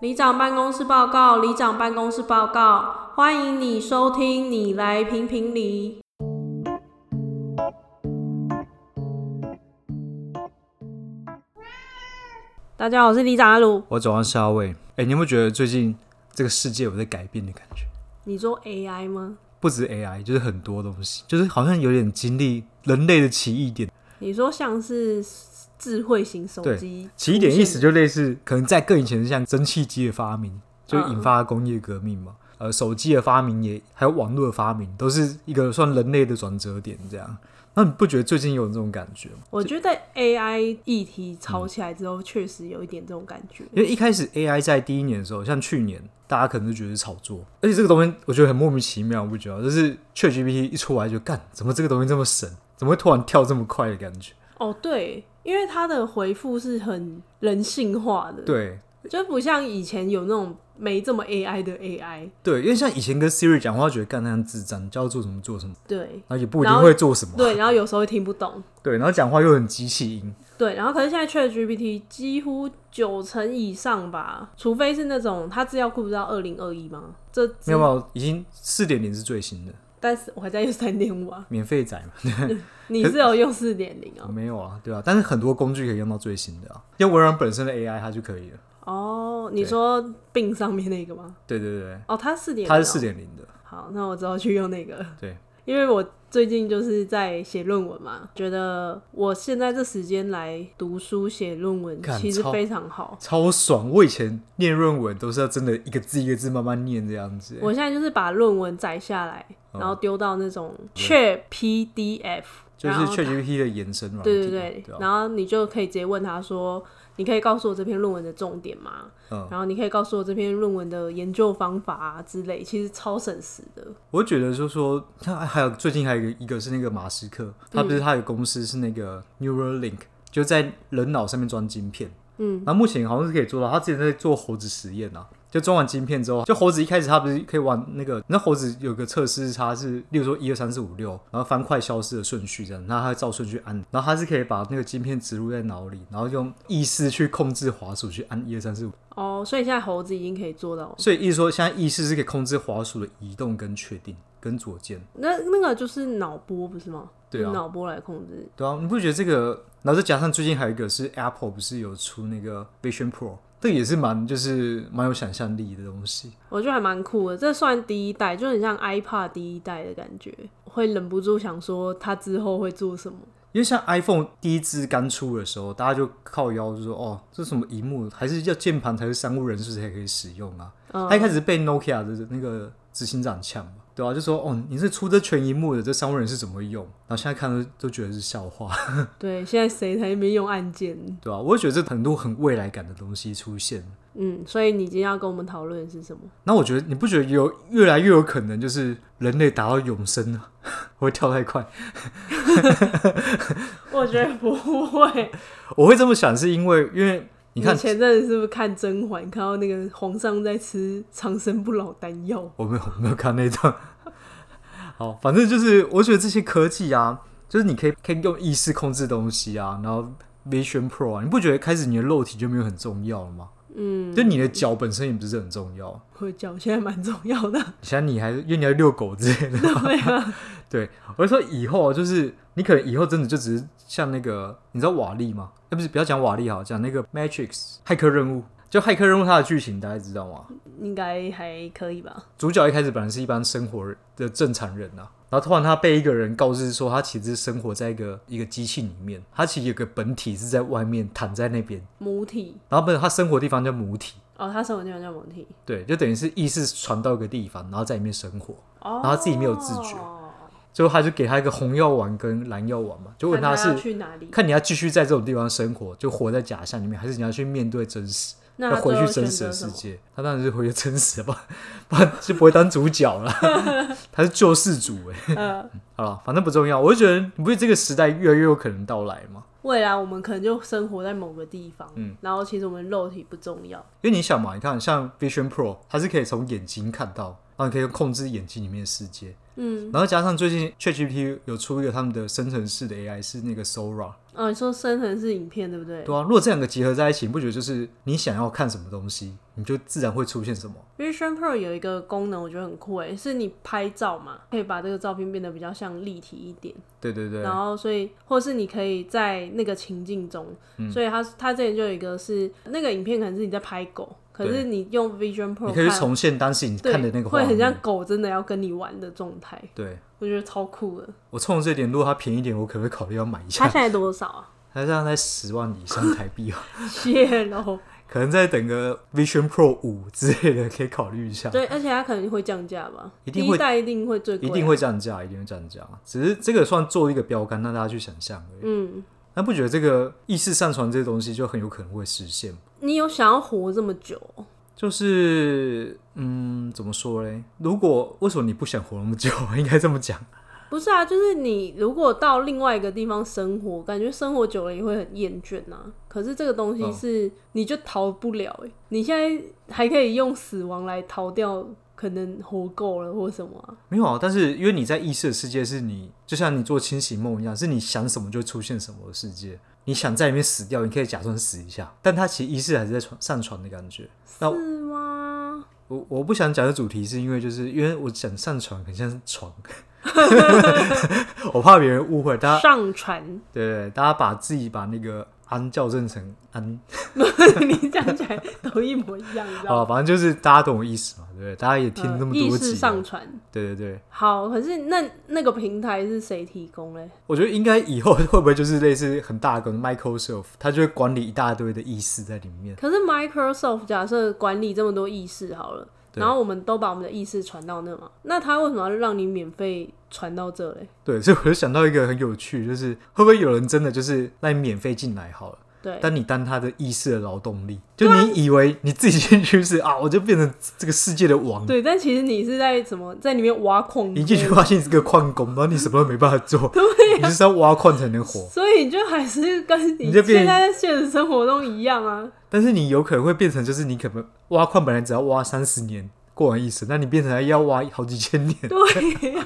里长办公室报告，里长办公室报告，欢迎你收听，你来评评理。大家好，我是里长阿鲁。我走上下位。哎、你有没有觉得最近这个世界有在改变的感觉？你做 AI 吗？不止 AI，就是很多东西，就是好像有点经历人类的奇异点。你说像是智慧型手机？奇异点意思就类似，可能在更以前像蒸汽机的发明，就引发工业革命嘛。呃，手机的发明也还有网络的发明，都是一个算人类的转折点。这样，那你不觉得最近有这种感觉吗？我觉得 AI 议题炒起来之后，确实有一点这种感觉。因为一开始 AI 在第一年的时候，像去年，大家可能就觉得是炒作，而且这个东西我觉得很莫名其妙，我不觉得，就是 ChatGPT 一出来就干，怎么这个东西这么神，怎么会突然跳这么快的感觉？哦，对，因为它的回复是很人性化的，对就不像以前有那种没这么 AI 的 AI，对，因为像以前跟 Siri 讲话，觉得干那样智障，叫他做什么做什么，对然后也不一然定后会做什么，对，然后有时候会听不懂，对，然后讲话又很机器音，对，然后可是现在 ChatGPT 几乎九成以上吧，除非是那种它资料库不是到二零二一吗？这没有没有，已经四点零是最新的，但是我还在用三点五啊，免费载嘛，你是有用四点零啊？没有啊，对吧、但是很多工具可以用到最新的啊，用微软本身的 AI 它就可以了，哦，你说病上面那个吗？对对对哦，它四对，点，它是四。点零的，好，那我之后去用那个。对，因为我最近就是在写论文嘛，觉得我现在这时间来读书写论文，干其实超非常好。超爽！我以前念论文都是要真的一个字一个字慢慢念这样子、我现在就是把论文载下来，哦然后丢到那种 Chat PDF，就是然后 ChatGPT 的延伸软体，对对对，啊然后你就可以直接问他说：“你可以告诉我这篇论文的重点吗？嗯，然后你可以告诉我这篇论文的研究方法啊之类，其实超省时的。我觉得就说，他还有最近还有一个一个是那个马斯克，他不是他有公司是那个 Neuralink，就在人脑上面装晶片，嗯，那目前好像是可以做到，他之前在做猴子实验啊。就装完晶片之后，就猴子一开始它不是可以玩那个，那猴子有个测试，它是例如说一二三四五六，然后翻快消失的顺序这样，然后它照顺序按，然后它是可以把那个晶片植入在脑里，然后用意识去控制滑鼠去按一二三四五，哦，所以现在猴子已经可以做到，所以意思说现在意识是可以控制滑鼠的移动跟确定跟左键，那那个就是脑波不是吗？对啊用脑波来控制。对啊，你不觉得这个？然后再加上最近还有一个是 Apple 不是有出那个 Vision Pro，这个也是蛮就是蛮有想象力的东西。我觉得还蛮酷的，这算第一代，就很像 iPad 第一代的感觉，会忍不住想说它之后会做什么。因为像 iPhone 第一支刚出的时候，大家就靠腰就说哦，这什么荧幕还是要键盘才是商务人士才可以使用啊。嗯他一开始被 Nokia 的那个执行长呛嘛，对啊，就说哦，你是出这全荧幕的，这商务人士怎么会用？然后现在看都都觉得是笑话，对，现在谁才没用按键？对啊，我会觉得这很多很未来感的东西出现。嗯，所以你今天要跟我们讨论的是什么？那我觉得你不觉得有越来越有可能就是人类达到永生呢？ 我会跳太快， 我觉得不会。我会这么想是因为因为 你看前阵子是不是看《甄嬛》，看到那个皇上在吃长生不老丹药？我没有我没有看那一段。好，反正就是我觉得这些科技啊，就是你可以可以用意识控制东西啊，然后 Vision Pro 啊，你不觉得开始你的肉体就没有很重要了吗？嗯，就你的脚本身也不是很重要，我的脚现在蛮重要的。像你还因为你要遛狗之类的，对啊， 对，我是说以后就是你可能以后真的就只是像那个，你知道瓦力吗？哎，不是，不要讲瓦力好，讲那个 Matrix 骇客任务。就骇客任务它的剧情大家知道吗？应该还可以吧？啊主角一开始本来是一般生活的正常人啊，然后突然他被一个人告知说，他其实生活在一个一个机器里面，他其实有个本体是在外面躺在那边，母体然后不是他生活的地方叫母体，哦，他什么地方叫母体？对，就等于是意识传到一个地方，然后在里面生活，哦，然后自己没有自觉最后他就给他一个红药丸跟蓝药丸嘛，就问看他要是去哪里？看你要继续在这种地方生活，就活在假象里面，还是你要去面对真实， 那要他回最去后真选实择的什世么界？他当然是回去真实吧， 不然就不会当主角了。 他是救世主 哎、呃，好了，反正不重要。我就觉得，你不是这个时代越来越有可能到来吗？未来我们可能就生活在某个地方，嗯然后其实我们肉体不重要，因为你想嘛，你看像 Vision Pro，它是可以从眼睛看到，然后你可以控制眼睛里面的世界。嗯，然后加上最近 ChatGPT 有出一个他们的生成式的 AI 是那个 Sora，哦，你说生成式影片对不对？对啊，如果这两个结合在一起，你不觉得就是你想要看什么东西，你就自然会出现什么？ Vision Pro 有一个功能我觉得很酷诶，是你拍照嘛，可以把这个照片变得比较像立体一点，对对对然，后所以或是你可以在那个情境中，嗯所以他他之前就有一个是那个影片可能是你在拍狗，可对是你用 Vision Pro 你可以去看重现当时你对看的那个画会面，很像狗真的要跟你玩的状态，对。我觉得超酷的。我冲着这点，如果它便宜一点，我可能会考虑要买一它下。现在多少啊？ 它这样在十万以上台币哦，泄露可能再等个 Vision Pro 五之类的，可以考虑一下。对，而且它可能会降价吧，一定第会一代一定会最贵、一定。会降价，一定会降价。只是这个算做一个标杆，让大家去想象而已。嗯，那不觉得这个意识上传这些东西就很有可能会实现吗？你有想要活这么久？哦就是，嗯，怎么说嘞？如果为什么你不想活那么久？ 应该这么讲。不是啊，就是你如果到另外一个地方生活，感觉生活久了也会很厌倦呐、可是这个东西嗯是你就逃不了、欸，你现在还可以用死亡来逃掉，可能活够了或什么啊、没有啊，但是因为你在意识的世界是你，就像你做清醒梦一样，是你想什么就会出现什么的世界。你想在里面死掉，你可以假装死一下，但它其实意识还是在传上传的感觉。那是吗？我我不想讲的主题是因为就是因为我想上床很像是床， 我怕别人误会，大家上传， 对对对大家把自己把那个安校正成安你讲起来都一模一样，你知道啊，吗？反正就是大家懂我意思嘛，对不对？大家也听那么呃意多识集啊上了，传，对对对，好，可是那那个平台是谁提供嘞？我觉得应该以后会不会就是类似很大的 Microsoft，它就会管理一大堆的意识在里面。可是 Microsoft 假设管理这么多意识好了，对然后我们都把我们的意识传到那嘛，那他为什么要让你免费传到这嘞？对，所以我就想到一个很有趣，就是会不会有人真的就是让你免费进来好了，对，但你当他的意识的劳动力，就你以为你自己进去是 啊，我就变成这个世界的王，对，但其实你是在什么在里面挖空你进去间发现你是个矿工，然后你什么都没办法 做，啊你就是要挖矿才能活。所以你就还是跟你你就变现在在现实生活中一样 啊。但是你有可能会变成，就是你可能挖矿本来只要挖三十年过完一生，那你变成要挖好几千年。 对呀、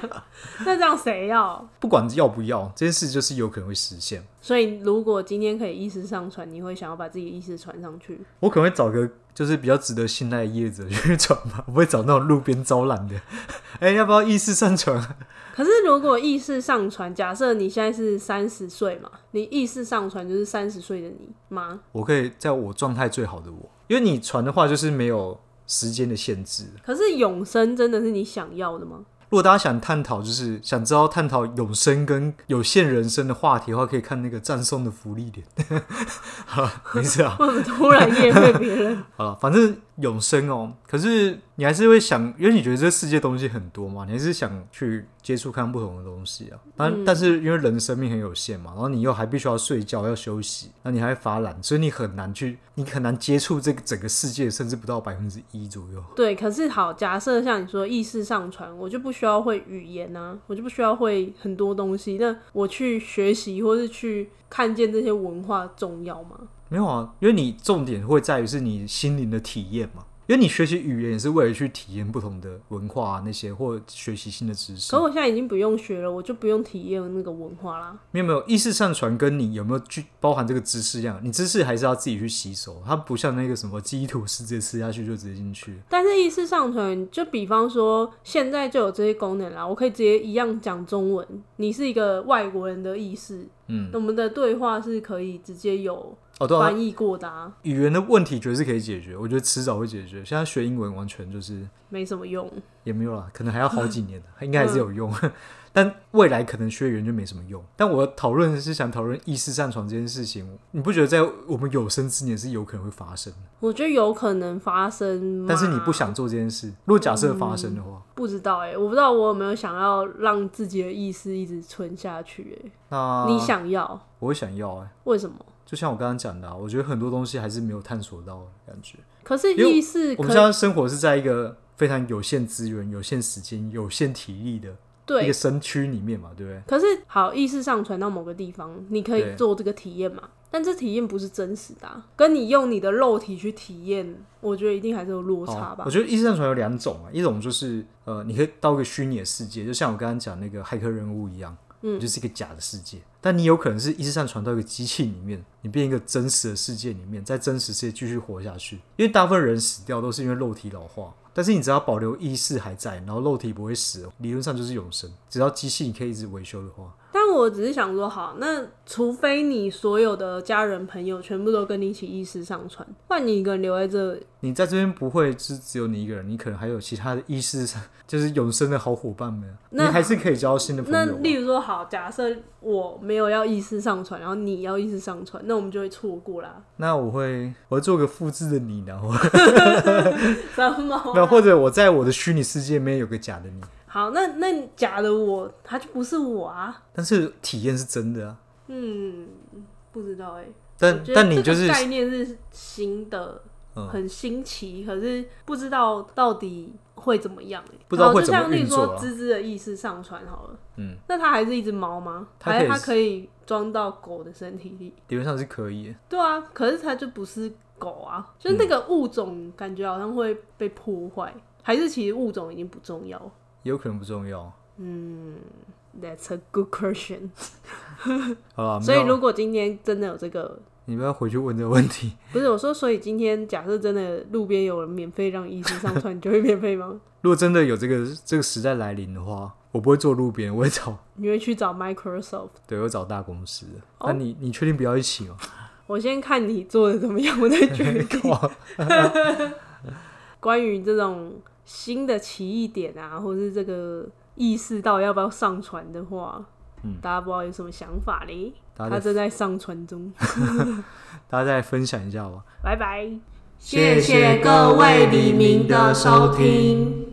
那这样谁要？不管要不要，这件事就是有可能会实现。所以如果今天可以意识上传，你会想要把自己的意识传上去？我可能会找个就是比较值得信赖的业者去传吧，我不会找那种路边招揽的。 哎、要不要意识上传啊？可是如果意识上传，假设你现在是三十岁嘛，你意识上传就是三十岁的你吗？我可以在我状态最好的我，因为你传的话就是没有时间的限制。可是永生真的是你想要的吗？ 如果大家想探讨，就是想知道探讨永生跟有限人生的话题的话，可以看那个赞颂的福利点。 好了，没事啊。会不会突然夜配别人？ 好了，反正永生哦。可是你还是会想，因为你觉得这世界东西很多嘛，你还是想去接触看不同的东西啊。但、但是因为人生命很有限嘛，然后你又还必须要睡觉、要休息，那你还会发懒，所以你很难去，你很难接触这个整个世界，甚至不到百分之一左右。对，可是好，假设像你说意识上传，我就不需要会语言啊，我就不需要会很多东西。那我去学习或是去看见这些文化重要吗？没有啊，因为你重点会在于是你心灵的体验嘛。因为你学习语言也是为了去体验不同的文化、啊、那些，或学习新的知识可。我现在已经不用学了，我就不用体验那个文化啦。没有没有，意识上传跟你有没有去包含这个知识一样，你知识还是要自己去吸收，它不像那个什么基础世界吃下去就直接进去。但是意识上传，就比方说现在就有这些功能啦，我可以直接一样讲中文。你是一个外国人的意识，嗯，我们的对话是可以直接有哦，对啊，翻译过的、啊，语言的问题绝对是可以解决，我觉得迟早会解决。现在学英文完全就是没什么用。也没有啦，可能还要好几年，应该还是有用，嗯 但未来可能学语言就没什么用。但我讨论的是想讨论意识上传这件事情，你不觉得在我们有生之年是有可能会发生的？我觉得有可能发生吗，但是你不想做这件事，如果假设发生的话，不知道哎、我不知道我有没有想要让自己的意识一直存下去哎、那你想要我会想要哎、为什么？就像我刚刚讲的、啊，我觉得很多东西还是没有探索到的感觉。可是因为意识我可们现在生活是在一个非常有限资源、有限时间、有限体力的一对个，身躯里面嘛，对不对？可是好意识上传到某个地方，你可以对做这个体验嘛？但这体验不是真实的、啊，跟你用你的肉体去体验，我觉得一定还是有落差吧。哦我觉得《异世上传》有两种啊，一种就是呃，你可以到一个虚拟的世界，就像我刚刚讲那个骇客任务一样，嗯，就是一个假的世界。但你有可能是意识上传到一个机器里面，你变一个真实的世界里面，在真实世界继续活下去。因为大部分人死掉都是因为肉体老化，但是你只要保留意识还在，然后肉体不会死，哦理论上就是永生。只要机器你可以一直维修的话，但我只是想说，好，那除非你所有的家人朋友全部都跟你一起意识上传，不然你一个人留在这你在这边不会是只有你一个人，你可能还有其他的意识上 就是永生的好伙伴们，你那还是可以交到新的朋那友啊、例如说，好，假设我没有要意识上传，然后你要意识上传，那我们就会错过啦。 那我会，我会做个复制的你，然后哦什么？那或者我在我的虚拟世界里面有个假的你，好，那那假的我，他就不是我啊。但是体验是真的啊。嗯，不知道哎、我但觉得但你这就个是概念是新的，嗯很新奇，可是不知道到底会怎么样、欸、不知道好会怎么就像例运如作啊说芝芝的意识上传好了，嗯，那它还是一只猫吗？它还可以是它可以装到狗的身体里？理论上是可以的。对啊，可是它就不是狗啊，就是嗯那个物种感觉好像会被破坏，还是其实物种已经不重要有可能不重要。 ？That's a good question。好了，所以没有如果今天真的有这个你不要回去问这个问题，不是我说，所以今天假设真的路边有人免费让医生上传，你就会免费吗？如果真的有这个这个时代来临的话，我不会坐路边，我会找 你会去找 Microsoft？对，我会找大公司的。哦那你你确定不要一起哦吗？我先看你做的怎么样，我再决 定。关于这种新的奇异点啊，或是这个意识到底要不要上传的话，嗯大家不知道有什么想法嘞？大他家再正在上传中，大家再分享一下吧。拜拜。谢谢各位黎明的收听。